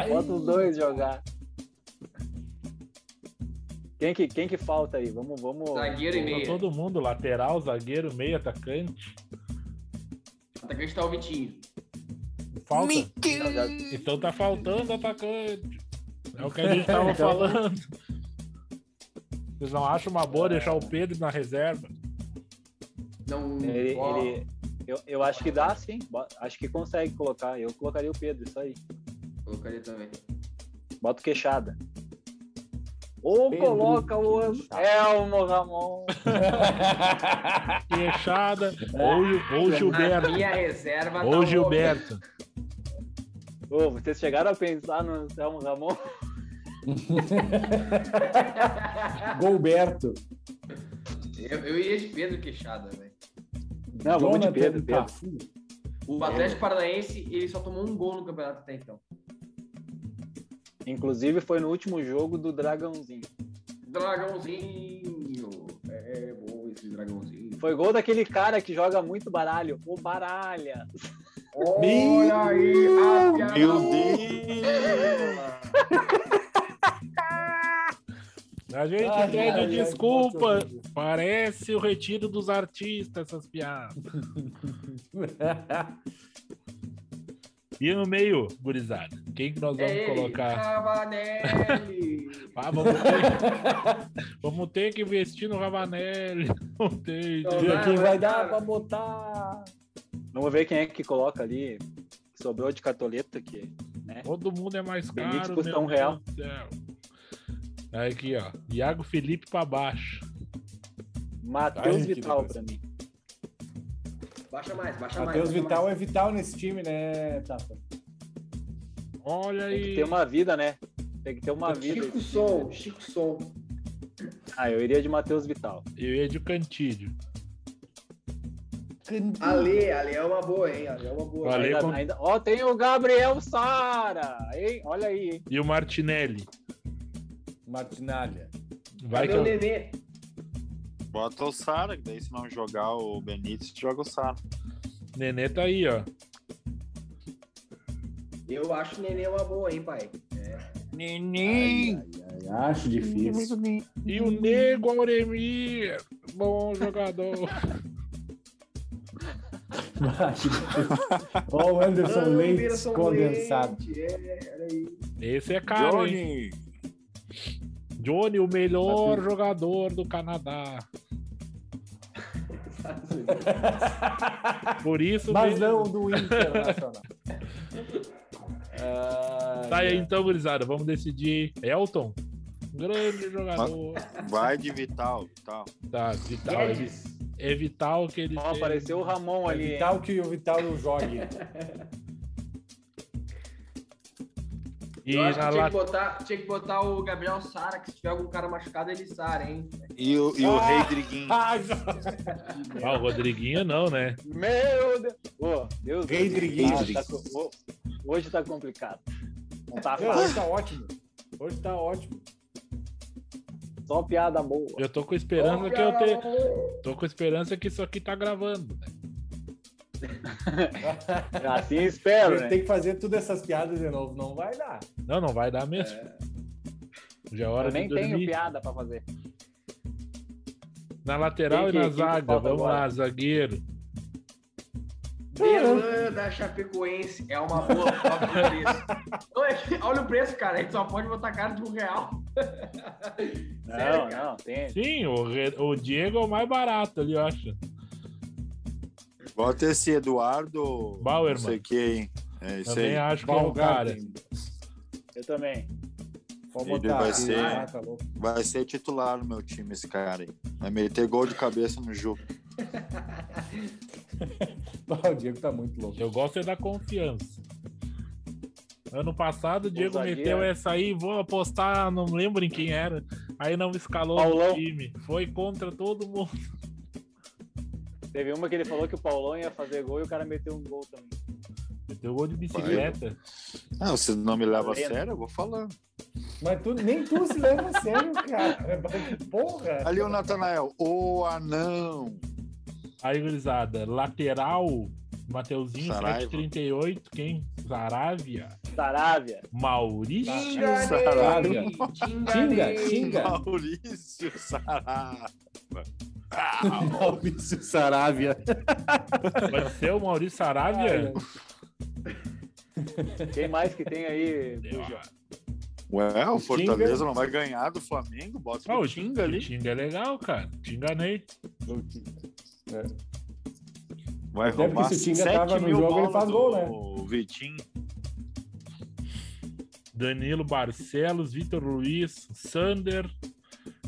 [SPEAKER 5] Bota os dois jogar. Quem que, quem que falta aí? Vamos, vamos.
[SPEAKER 7] Zagueiro e
[SPEAKER 6] Tá
[SPEAKER 7] meia.
[SPEAKER 6] todo mundo, lateral, zagueiro, meio, atacante.
[SPEAKER 7] Atacante tá o Vitinho.
[SPEAKER 6] Falta.
[SPEAKER 5] Já- já-
[SPEAKER 6] Então tá faltando atacante. É o que a gente tava falando. Vocês não acham uma boa deixar o Pedro na reserva?
[SPEAKER 7] Não.
[SPEAKER 5] Ele,
[SPEAKER 7] ó,
[SPEAKER 5] ele- eu, eu acho que dá, sim. Bo- Acho que consegue colocar. Eu colocaria o Pedro, isso aí.
[SPEAKER 7] Colocaria também.
[SPEAKER 5] Bota o queixada. Ou
[SPEAKER 2] Pedro
[SPEAKER 5] coloca o
[SPEAKER 2] Queixada.
[SPEAKER 5] Anselmo Ramon.
[SPEAKER 6] Queixada ou, Gil- ou
[SPEAKER 7] Na
[SPEAKER 6] Gilberto.
[SPEAKER 7] minha reserva tá
[SPEAKER 6] Ou
[SPEAKER 7] o-
[SPEAKER 6] Gilberto.
[SPEAKER 5] Ô, vocês chegaram a pensar no Anselmo Ramon?
[SPEAKER 2] Golberto.
[SPEAKER 7] Eu, eu ia de Pedro Queixada, velho.
[SPEAKER 5] Não, vamos de
[SPEAKER 2] Jonathan
[SPEAKER 5] Pedro, Pedro.
[SPEAKER 2] Cafu.
[SPEAKER 7] O Atlético Paranaense, ele só tomou um gol no campeonato até então.
[SPEAKER 5] Inclusive foi no último jogo do Dragãozinho.
[SPEAKER 7] Dragãozinho. É bom esse dragãozinho.
[SPEAKER 5] Foi gol daquele cara que joga muito baralho. O Baralha.
[SPEAKER 7] Olha aí, a piada
[SPEAKER 4] Meu
[SPEAKER 7] boa.
[SPEAKER 6] A gente
[SPEAKER 2] Ai,
[SPEAKER 6] pede
[SPEAKER 2] ai, ai,
[SPEAKER 6] desculpa.
[SPEAKER 2] bota o-
[SPEAKER 6] Parece o retiro dos artistas, essas piadas.
[SPEAKER 2] <laughs>
[SPEAKER 6] E no meio, gurizada, quem que nós vamos
[SPEAKER 7] É ele, <laughs>
[SPEAKER 6] colocar?
[SPEAKER 7] Ravanelli.
[SPEAKER 6] Ah, vamos, ter... vamos ter que <laughs> investir no Ravanelli. Não tem.
[SPEAKER 7] Então,
[SPEAKER 2] Quem
[SPEAKER 7] vai,
[SPEAKER 2] vai
[SPEAKER 7] vai,
[SPEAKER 2] dar
[SPEAKER 7] cara.
[SPEAKER 2] pra botar?
[SPEAKER 5] Vamos ver quem é que coloca ali. Sobrou de Catoleta aqui.
[SPEAKER 6] Todo mundo é mais
[SPEAKER 5] Benítez
[SPEAKER 6] caro,
[SPEAKER 5] custa
[SPEAKER 6] meu
[SPEAKER 5] um real.
[SPEAKER 6] Deus do céu. Aí Aqui, ó. Iago Felipe pra baixo.
[SPEAKER 5] Matheus
[SPEAKER 2] Ai, que
[SPEAKER 5] Vital
[SPEAKER 2] beleza.
[SPEAKER 5] pra mim.
[SPEAKER 7] Baixa mais, baixa mais.
[SPEAKER 2] Matheus
[SPEAKER 7] baixa
[SPEAKER 2] Vital
[SPEAKER 7] mais.
[SPEAKER 2] é vital nesse time, né, Tata?
[SPEAKER 6] Olha
[SPEAKER 5] Tem que
[SPEAKER 6] aí.
[SPEAKER 5] ter uma vida, né? Tem que ter uma vida.
[SPEAKER 7] Chico Sol, Chico Sol.
[SPEAKER 5] Ah, eu iria de Matheus Vital.
[SPEAKER 6] Eu ia de Cantídio.
[SPEAKER 7] Ale, Ale é uma boa, hein? Ale é uma boa.
[SPEAKER 6] Valeu. Ale
[SPEAKER 5] Ainda-
[SPEAKER 6] com-
[SPEAKER 5] ainda- Ó, tem o Gabriel Sara! Hein? Olha aí, hein?
[SPEAKER 6] E o Martinelli.
[SPEAKER 2] Martinalha.
[SPEAKER 6] Vai
[SPEAKER 7] Cadê
[SPEAKER 6] que
[SPEAKER 7] o
[SPEAKER 6] eu...
[SPEAKER 7] Nenê?
[SPEAKER 4] Bota o Sara, que daí se não jogar o Benítez, joga o Sara.
[SPEAKER 6] Nenê tá aí, ó.
[SPEAKER 7] Eu acho o Nenê uma boa, hein, pai?
[SPEAKER 1] Neném.
[SPEAKER 2] Eu acho difícil.
[SPEAKER 6] E o Nego Auremir. Bom jogador.
[SPEAKER 2] Acho difícil. <laughs> Ó o Anderson Leite
[SPEAKER 7] Anderson
[SPEAKER 2] condensado.
[SPEAKER 7] Leite, É, era aí.
[SPEAKER 6] Esse é caro, hein? Johnny, o
[SPEAKER 2] Tá
[SPEAKER 6] melhor jogador
[SPEAKER 2] <laughs>
[SPEAKER 6] do Canadá. Por isso,
[SPEAKER 2] Mas não
[SPEAKER 6] mesmo-
[SPEAKER 2] do Internacional.
[SPEAKER 5] Ah,
[SPEAKER 6] tá
[SPEAKER 2] é.
[SPEAKER 6] aí então, gurizada. Vamos decidir. Elton, um grande jogador.
[SPEAKER 2] Ah.
[SPEAKER 4] Vai de Vital, Vital.
[SPEAKER 6] Tá, vital.
[SPEAKER 7] Guedes.
[SPEAKER 6] É vital que ele.
[SPEAKER 5] Ó,
[SPEAKER 6] tenha-
[SPEAKER 5] apareceu o Ramon
[SPEAKER 2] É
[SPEAKER 5] ali. hein?
[SPEAKER 2] vital que o Vital não jogue.
[SPEAKER 6] E
[SPEAKER 7] eu acho
[SPEAKER 6] na
[SPEAKER 7] que tinha,
[SPEAKER 6] la-
[SPEAKER 7] que botar, tinha que botar o Gabriel Sara, que se tiver algum cara machucado, ele Sara, hein?
[SPEAKER 4] E o, e o Rodriguinho.
[SPEAKER 2] Ah,
[SPEAKER 6] Ah, o Rodriguinho não, né?
[SPEAKER 5] Meu Deus! Ô, Deus do céu.
[SPEAKER 2] Rodrigues.
[SPEAKER 5] Tá co- ô, Hoje tá complicado. Não tá
[SPEAKER 2] Não,
[SPEAKER 5] fácil.
[SPEAKER 2] hoje tá ótimo. Hoje tá ótimo.
[SPEAKER 5] Só piada boa.
[SPEAKER 6] Eu tô com esperança que eu tenho.
[SPEAKER 7] tenho.
[SPEAKER 6] Tô com esperança que isso aqui tá gravando. né?
[SPEAKER 5] Assim
[SPEAKER 2] A
[SPEAKER 5] espero,
[SPEAKER 2] gente
[SPEAKER 5] né?
[SPEAKER 2] tem que fazer todas essas piadas de novo. Não vai dar.
[SPEAKER 6] Não, não vai dar mesmo. Já é hora
[SPEAKER 5] Eu nem
[SPEAKER 6] de dormir.
[SPEAKER 5] tenho piada pra fazer.
[SPEAKER 6] Na lateral
[SPEAKER 5] Quem que-
[SPEAKER 6] e na
[SPEAKER 5] quem que
[SPEAKER 6] zaga.
[SPEAKER 5] falta
[SPEAKER 6] Vamos
[SPEAKER 5] agora?
[SPEAKER 6] lá, zagueiro.
[SPEAKER 7] Delan da Chapecoense é uma boa prova de preço. Não, é que- Olha o preço, cara. A gente só pode botar cara de um real. Sério,
[SPEAKER 5] Não,
[SPEAKER 7] cara.
[SPEAKER 5] não, tem.
[SPEAKER 6] Sim, o, Re- o Diego é o mais barato ali, eu acho.
[SPEAKER 4] Bota esse Eduardo.
[SPEAKER 6] Bauerman.
[SPEAKER 4] Não sei o que, hein? É isso
[SPEAKER 6] Também
[SPEAKER 4] aí.
[SPEAKER 6] acho que é o cara.
[SPEAKER 2] Baumgarten.
[SPEAKER 5] Eu também.
[SPEAKER 2] Pode
[SPEAKER 4] Ele
[SPEAKER 2] botar.
[SPEAKER 4] vai
[SPEAKER 2] Ah,
[SPEAKER 4] ser-
[SPEAKER 2] tá louco. <laughs>
[SPEAKER 4] Vai ser titular no meu time esse cara aí. Vai meter gol de cabeça no jogo.
[SPEAKER 2] Ah, O Diego tá muito louco.
[SPEAKER 6] Eu gosto é da confiança. Ano passado, o Diego
[SPEAKER 5] zagueiro.
[SPEAKER 6] meteu essa aí, vou apostar, não lembro em quem era. Aí não escalou
[SPEAKER 5] Paulão.
[SPEAKER 6] o time. Foi contra todo mundo.
[SPEAKER 5] Teve uma que ele falou que o Paulão ia fazer gol e o cara meteu um gol também.
[SPEAKER 6] Meteu gol de bicicleta.
[SPEAKER 4] Não, se Ah, não me leva a
[SPEAKER 5] Lembra?
[SPEAKER 4] sério, eu vou falando.
[SPEAKER 2] Mas tu, nem tu se leva a sério, cara. <laughs> Porra.
[SPEAKER 4] Ali o Natanael. Ô, anão!
[SPEAKER 6] Aí, gurizada, lateral, Mateuzinho,
[SPEAKER 4] Saraiva.
[SPEAKER 6] 738. Quem? Zaravia.
[SPEAKER 5] Saravia.
[SPEAKER 2] Ah.
[SPEAKER 6] Maurício.
[SPEAKER 7] Tinga
[SPEAKER 2] Sarabia.
[SPEAKER 7] Ney, Tinga,
[SPEAKER 2] Xinga,
[SPEAKER 7] Ney.
[SPEAKER 2] xinga.
[SPEAKER 4] Maurício Sará.
[SPEAKER 2] Maurício Saravia.
[SPEAKER 6] Pode ser o Maurício Saravia?
[SPEAKER 5] Quem mais que tem aí? Buja?
[SPEAKER 4] Ué, o
[SPEAKER 2] O
[SPEAKER 4] Fortaleza
[SPEAKER 2] Tinga.
[SPEAKER 4] não vai ganhar do Flamengo? Bota
[SPEAKER 6] Ah,
[SPEAKER 4] o
[SPEAKER 6] o
[SPEAKER 4] Tinga
[SPEAKER 6] O
[SPEAKER 4] ali.
[SPEAKER 6] Tinga é legal, cara. Te enganei.
[SPEAKER 4] Vai
[SPEAKER 2] É. Até porque
[SPEAKER 4] roubar
[SPEAKER 2] se o Tinga
[SPEAKER 4] 7
[SPEAKER 2] tava no
[SPEAKER 4] mil
[SPEAKER 2] jogo, ele
[SPEAKER 4] bolas
[SPEAKER 2] faz gol, né?
[SPEAKER 4] do Vitinho.
[SPEAKER 6] Danilo Barcelos, Vitor Luiz, Sander.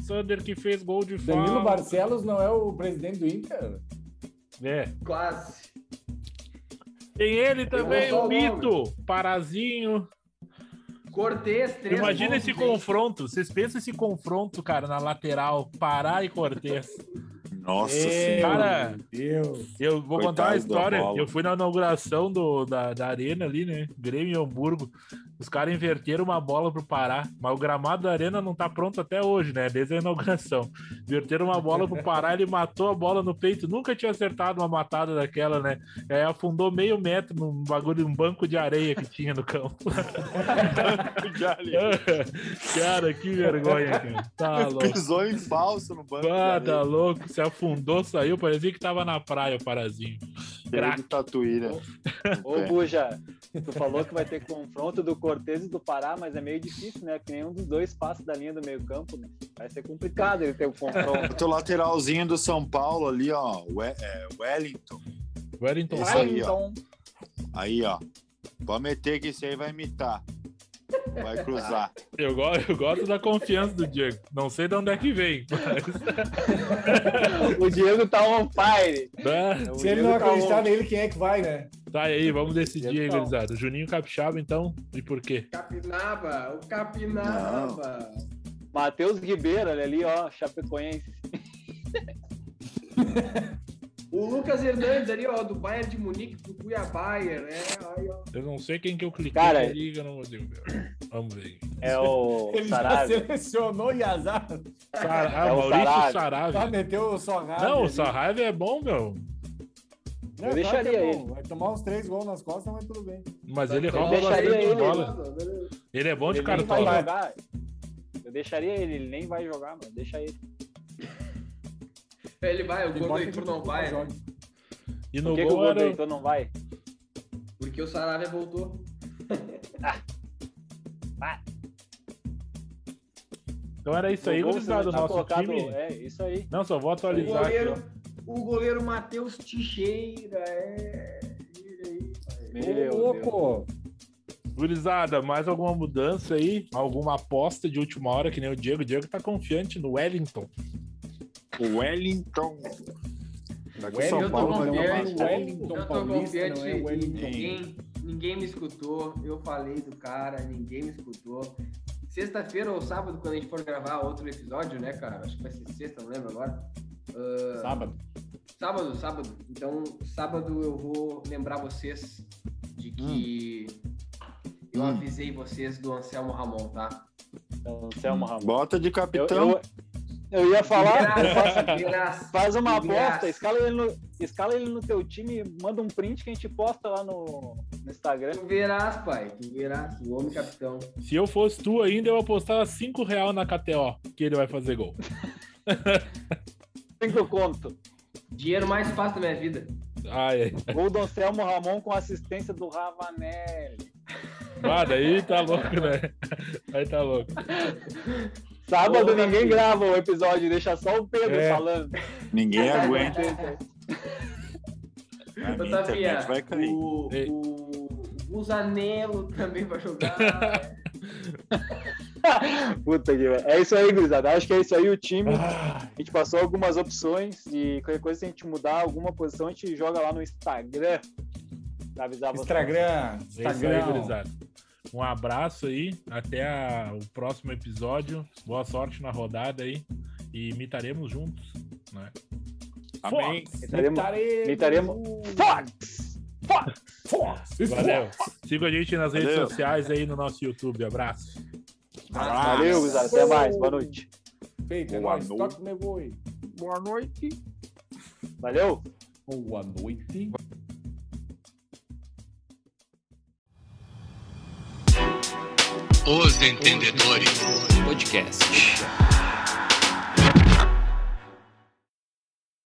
[SPEAKER 6] Sander que fez gol de fora.
[SPEAKER 2] Danilo Barcelos não é o presidente do Inter?
[SPEAKER 6] É.
[SPEAKER 7] Quase.
[SPEAKER 6] Tem ele também,
[SPEAKER 7] Eu
[SPEAKER 6] o
[SPEAKER 7] vou falar
[SPEAKER 6] Mito, Parazinho.
[SPEAKER 7] Cortez, três
[SPEAKER 6] Imagina
[SPEAKER 7] pontos,
[SPEAKER 6] esse
[SPEAKER 7] gente.
[SPEAKER 6] confronto. Vocês pensam esse confronto, cara, na lateral, Pará e Cortez. É,
[SPEAKER 4] Nossa
[SPEAKER 2] Meu
[SPEAKER 4] senhora.
[SPEAKER 6] Cara,
[SPEAKER 2] Deus.
[SPEAKER 6] Eu vou
[SPEAKER 4] Coitado
[SPEAKER 6] contar uma
[SPEAKER 4] do
[SPEAKER 6] história.
[SPEAKER 4] Apollo.
[SPEAKER 6] Eu fui na inauguração do, da, da arena ali, né? Grêmio e Hamburgo. Os caras inverteram uma bola pro Pará, mas o gramado da arena não tá pronto até hoje, né? Desde a inauguração. Inverteram uma bola pro Pará, ele matou a bola no peito. Nunca tinha acertado uma matada daquela, né? Aí afundou meio metro num bagulho, um banco de areia que tinha no campo. <laughs> cara, que vergonha, cara. Tá louco.
[SPEAKER 4] Pisou em falso no banco.
[SPEAKER 6] Ah,
[SPEAKER 4] de
[SPEAKER 6] tá
[SPEAKER 4] areia,
[SPEAKER 6] louco. Se afundou, saiu. Parecia que tava na praia o Parazinho.
[SPEAKER 4] cheio é de tatuíra.
[SPEAKER 5] Ô, Buja, tu falou que vai ter confronto do Cortez e do Pará, mas é meio difícil, né? Porque nenhum dos dois passa da linha do meio-campo, né? Vai ser complicado
[SPEAKER 4] <laughs>
[SPEAKER 5] ele ter o confronto.
[SPEAKER 4] Outro lateralzinho do São Paulo ali, ó. We- é, Wellington.
[SPEAKER 6] Wellington
[SPEAKER 4] Isso
[SPEAKER 6] Santos.
[SPEAKER 4] aí, ó.
[SPEAKER 5] Então,
[SPEAKER 4] Aí, ó. Pode meter que esse aí vai imitar. Vai cruzar.
[SPEAKER 6] Eu, go- eu gosto da confiança do Diego. Não sei de onde é que vem. <laughs> Mas...
[SPEAKER 5] o Diego tá on fire.
[SPEAKER 6] Tá-
[SPEAKER 5] O
[SPEAKER 2] Se ele
[SPEAKER 5] Diego
[SPEAKER 2] não
[SPEAKER 5] tá
[SPEAKER 2] acreditar
[SPEAKER 5] on.
[SPEAKER 2] nele, quem é que vai, né?
[SPEAKER 6] Tá aí, vamos decidir aí,
[SPEAKER 5] Então.
[SPEAKER 6] gurizada. Juninho Capixaba, então, e por quê?
[SPEAKER 7] Capinaba, o Capinaba.
[SPEAKER 5] Matheus Ribeiro, olha ali, ó, Chapecoense.
[SPEAKER 7] O Lucas Hernandes ali, ó, do Bayern de Munique pro Cuiabá, né? Aí, ó.
[SPEAKER 6] Eu não sei quem que eu cliquei
[SPEAKER 5] Cara,
[SPEAKER 6] ali, que eu não vou dizer. Vamos ver.
[SPEAKER 5] É o
[SPEAKER 2] Ele já
[SPEAKER 5] Sarabia.
[SPEAKER 2] selecionou e azar.
[SPEAKER 6] Sara-
[SPEAKER 5] É
[SPEAKER 6] Ah,
[SPEAKER 5] o
[SPEAKER 6] Maurício
[SPEAKER 5] Sarabia.
[SPEAKER 2] Só
[SPEAKER 6] Sarave.
[SPEAKER 2] meteu o Sorrado.
[SPEAKER 6] Não, o
[SPEAKER 2] ali.
[SPEAKER 6] Sarave é bom, meu.
[SPEAKER 2] Não, claro
[SPEAKER 5] Eu
[SPEAKER 2] que é
[SPEAKER 5] deixaria
[SPEAKER 2] bom. Vai tomar uns três gols nas costas, mas tudo bem.
[SPEAKER 6] Mas ele
[SPEAKER 7] Eu
[SPEAKER 6] rouba
[SPEAKER 5] deixaria
[SPEAKER 6] bastante
[SPEAKER 5] Então ele.
[SPEAKER 6] bola. Ele é bom de
[SPEAKER 5] Ele nem vai
[SPEAKER 6] cartola.
[SPEAKER 5] jogar. Eu deixaria ele, ele nem vai jogar, mano. Deixa ele.
[SPEAKER 7] Ele vai, o
[SPEAKER 2] Ele bota
[SPEAKER 7] Gordo
[SPEAKER 2] que
[SPEAKER 7] não
[SPEAKER 2] o
[SPEAKER 7] vai, né?
[SPEAKER 2] joga.
[SPEAKER 6] E
[SPEAKER 5] Por
[SPEAKER 6] no
[SPEAKER 5] que, que o tá-
[SPEAKER 6] gol
[SPEAKER 5] Gordo
[SPEAKER 6] era.
[SPEAKER 5] Heitor não vai?
[SPEAKER 7] porque o Sarabia voltou.
[SPEAKER 6] Então era isso aí,
[SPEAKER 5] No gol,
[SPEAKER 6] gurizada, o
[SPEAKER 5] se não tá
[SPEAKER 6] nosso
[SPEAKER 5] colocado-
[SPEAKER 6] time.
[SPEAKER 5] É, isso aí.
[SPEAKER 6] Não, só vou
[SPEAKER 7] O
[SPEAKER 6] atualizar aqui,
[SPEAKER 7] goleiro,
[SPEAKER 6] ó.
[SPEAKER 7] o goleiro Matheus Teixeira, é. Ele aí.
[SPEAKER 5] Meu
[SPEAKER 2] Ô,
[SPEAKER 5] Deus.
[SPEAKER 2] louco!
[SPEAKER 6] Gurizada, mais alguma mudança aí? Alguma aposta de última hora, que nem o Diego. O Diego tá confiante no Wellington.
[SPEAKER 4] Wellington. Daqui
[SPEAKER 2] Wellington,
[SPEAKER 4] São Paulo vai
[SPEAKER 2] não, não,
[SPEAKER 4] tomar gol.
[SPEAKER 2] Wellington
[SPEAKER 7] eu tô
[SPEAKER 2] Paulista,
[SPEAKER 7] confiante
[SPEAKER 2] não é
[SPEAKER 7] em
[SPEAKER 2] Wellington.
[SPEAKER 7] ninguém, ninguém me escutou, eu falei do cara, ninguém me escutou. Sexta-feira ou sábado, quando a gente for gravar outro episódio, né, cara? Acho que vai ser sexta, não lembro agora. Ah,
[SPEAKER 2] Sábado.
[SPEAKER 7] sábado, sábado. Então, sábado eu vou lembrar vocês de que eu
[SPEAKER 4] Hum.
[SPEAKER 7] avisei vocês do Anselmo Ramon, tá?
[SPEAKER 5] Então, Selma Ramon.
[SPEAKER 4] Bota de
[SPEAKER 5] Eu,
[SPEAKER 4] capitão.
[SPEAKER 5] eu, eu ia <laughs> falar,
[SPEAKER 7] De graça, de graça.
[SPEAKER 5] faz uma
[SPEAKER 7] De graça.
[SPEAKER 5] aposta, escala ele, no, escala ele no teu time, manda um print que a gente posta lá no, no Instagram.
[SPEAKER 7] Tu verás, Um pai, tu verás, o homem capitão.
[SPEAKER 6] Se eu fosse tu ainda, eu apostava 5 real na KTO, que ele vai fazer gol.
[SPEAKER 5] Cinco conto.
[SPEAKER 7] Dinheiro mais fácil da minha vida.
[SPEAKER 6] Ai, ai.
[SPEAKER 5] Gol do Anselmo Ramon com assistência do Ravanelli.
[SPEAKER 6] Ah, daí tá louco, né? Aí tá louco.
[SPEAKER 5] Sábado
[SPEAKER 7] Ô,
[SPEAKER 5] ninguém
[SPEAKER 7] Rafinha.
[SPEAKER 5] grava o episódio, deixa só o Pedro
[SPEAKER 6] É.
[SPEAKER 5] falando.
[SPEAKER 4] Ninguém aguenta. A
[SPEAKER 7] Ô,
[SPEAKER 4] minha
[SPEAKER 7] Tafinha,
[SPEAKER 4] internet vai cair.
[SPEAKER 7] O,
[SPEAKER 6] Ei.
[SPEAKER 7] o Busanello também vai jogar.
[SPEAKER 5] Puta que pariu. É isso aí, gurizada. Acho que é isso aí o time.
[SPEAKER 2] Ah,
[SPEAKER 5] A gente passou algumas opções e qualquer coisa, se a gente mudar alguma posição, a gente joga lá no Instagram pra avisar vocês.
[SPEAKER 2] Instagram.
[SPEAKER 6] É isso aí,
[SPEAKER 2] Instagram.
[SPEAKER 6] gurizada. Um abraço aí. Até a- o próximo episódio. Boa sorte na rodada aí. E imitaremos juntos. Né?
[SPEAKER 4] Amém.
[SPEAKER 5] Mitaremos- mitaremos- Fox! Fox!
[SPEAKER 6] Valeu. Siga a gente nas redes
[SPEAKER 4] Valeu.
[SPEAKER 6] sociais aí no nosso YouTube. Abraço.
[SPEAKER 4] Abraço.
[SPEAKER 5] Valeu, gurizada. Até mais. Boa noite.
[SPEAKER 2] Feito, é
[SPEAKER 4] Boa
[SPEAKER 2] nóis.
[SPEAKER 4] noite.
[SPEAKER 2] Toca o meu boi.
[SPEAKER 1] Boa noite.
[SPEAKER 5] Valeu!
[SPEAKER 2] Boa noite.
[SPEAKER 3] Os Entendedores Podcast.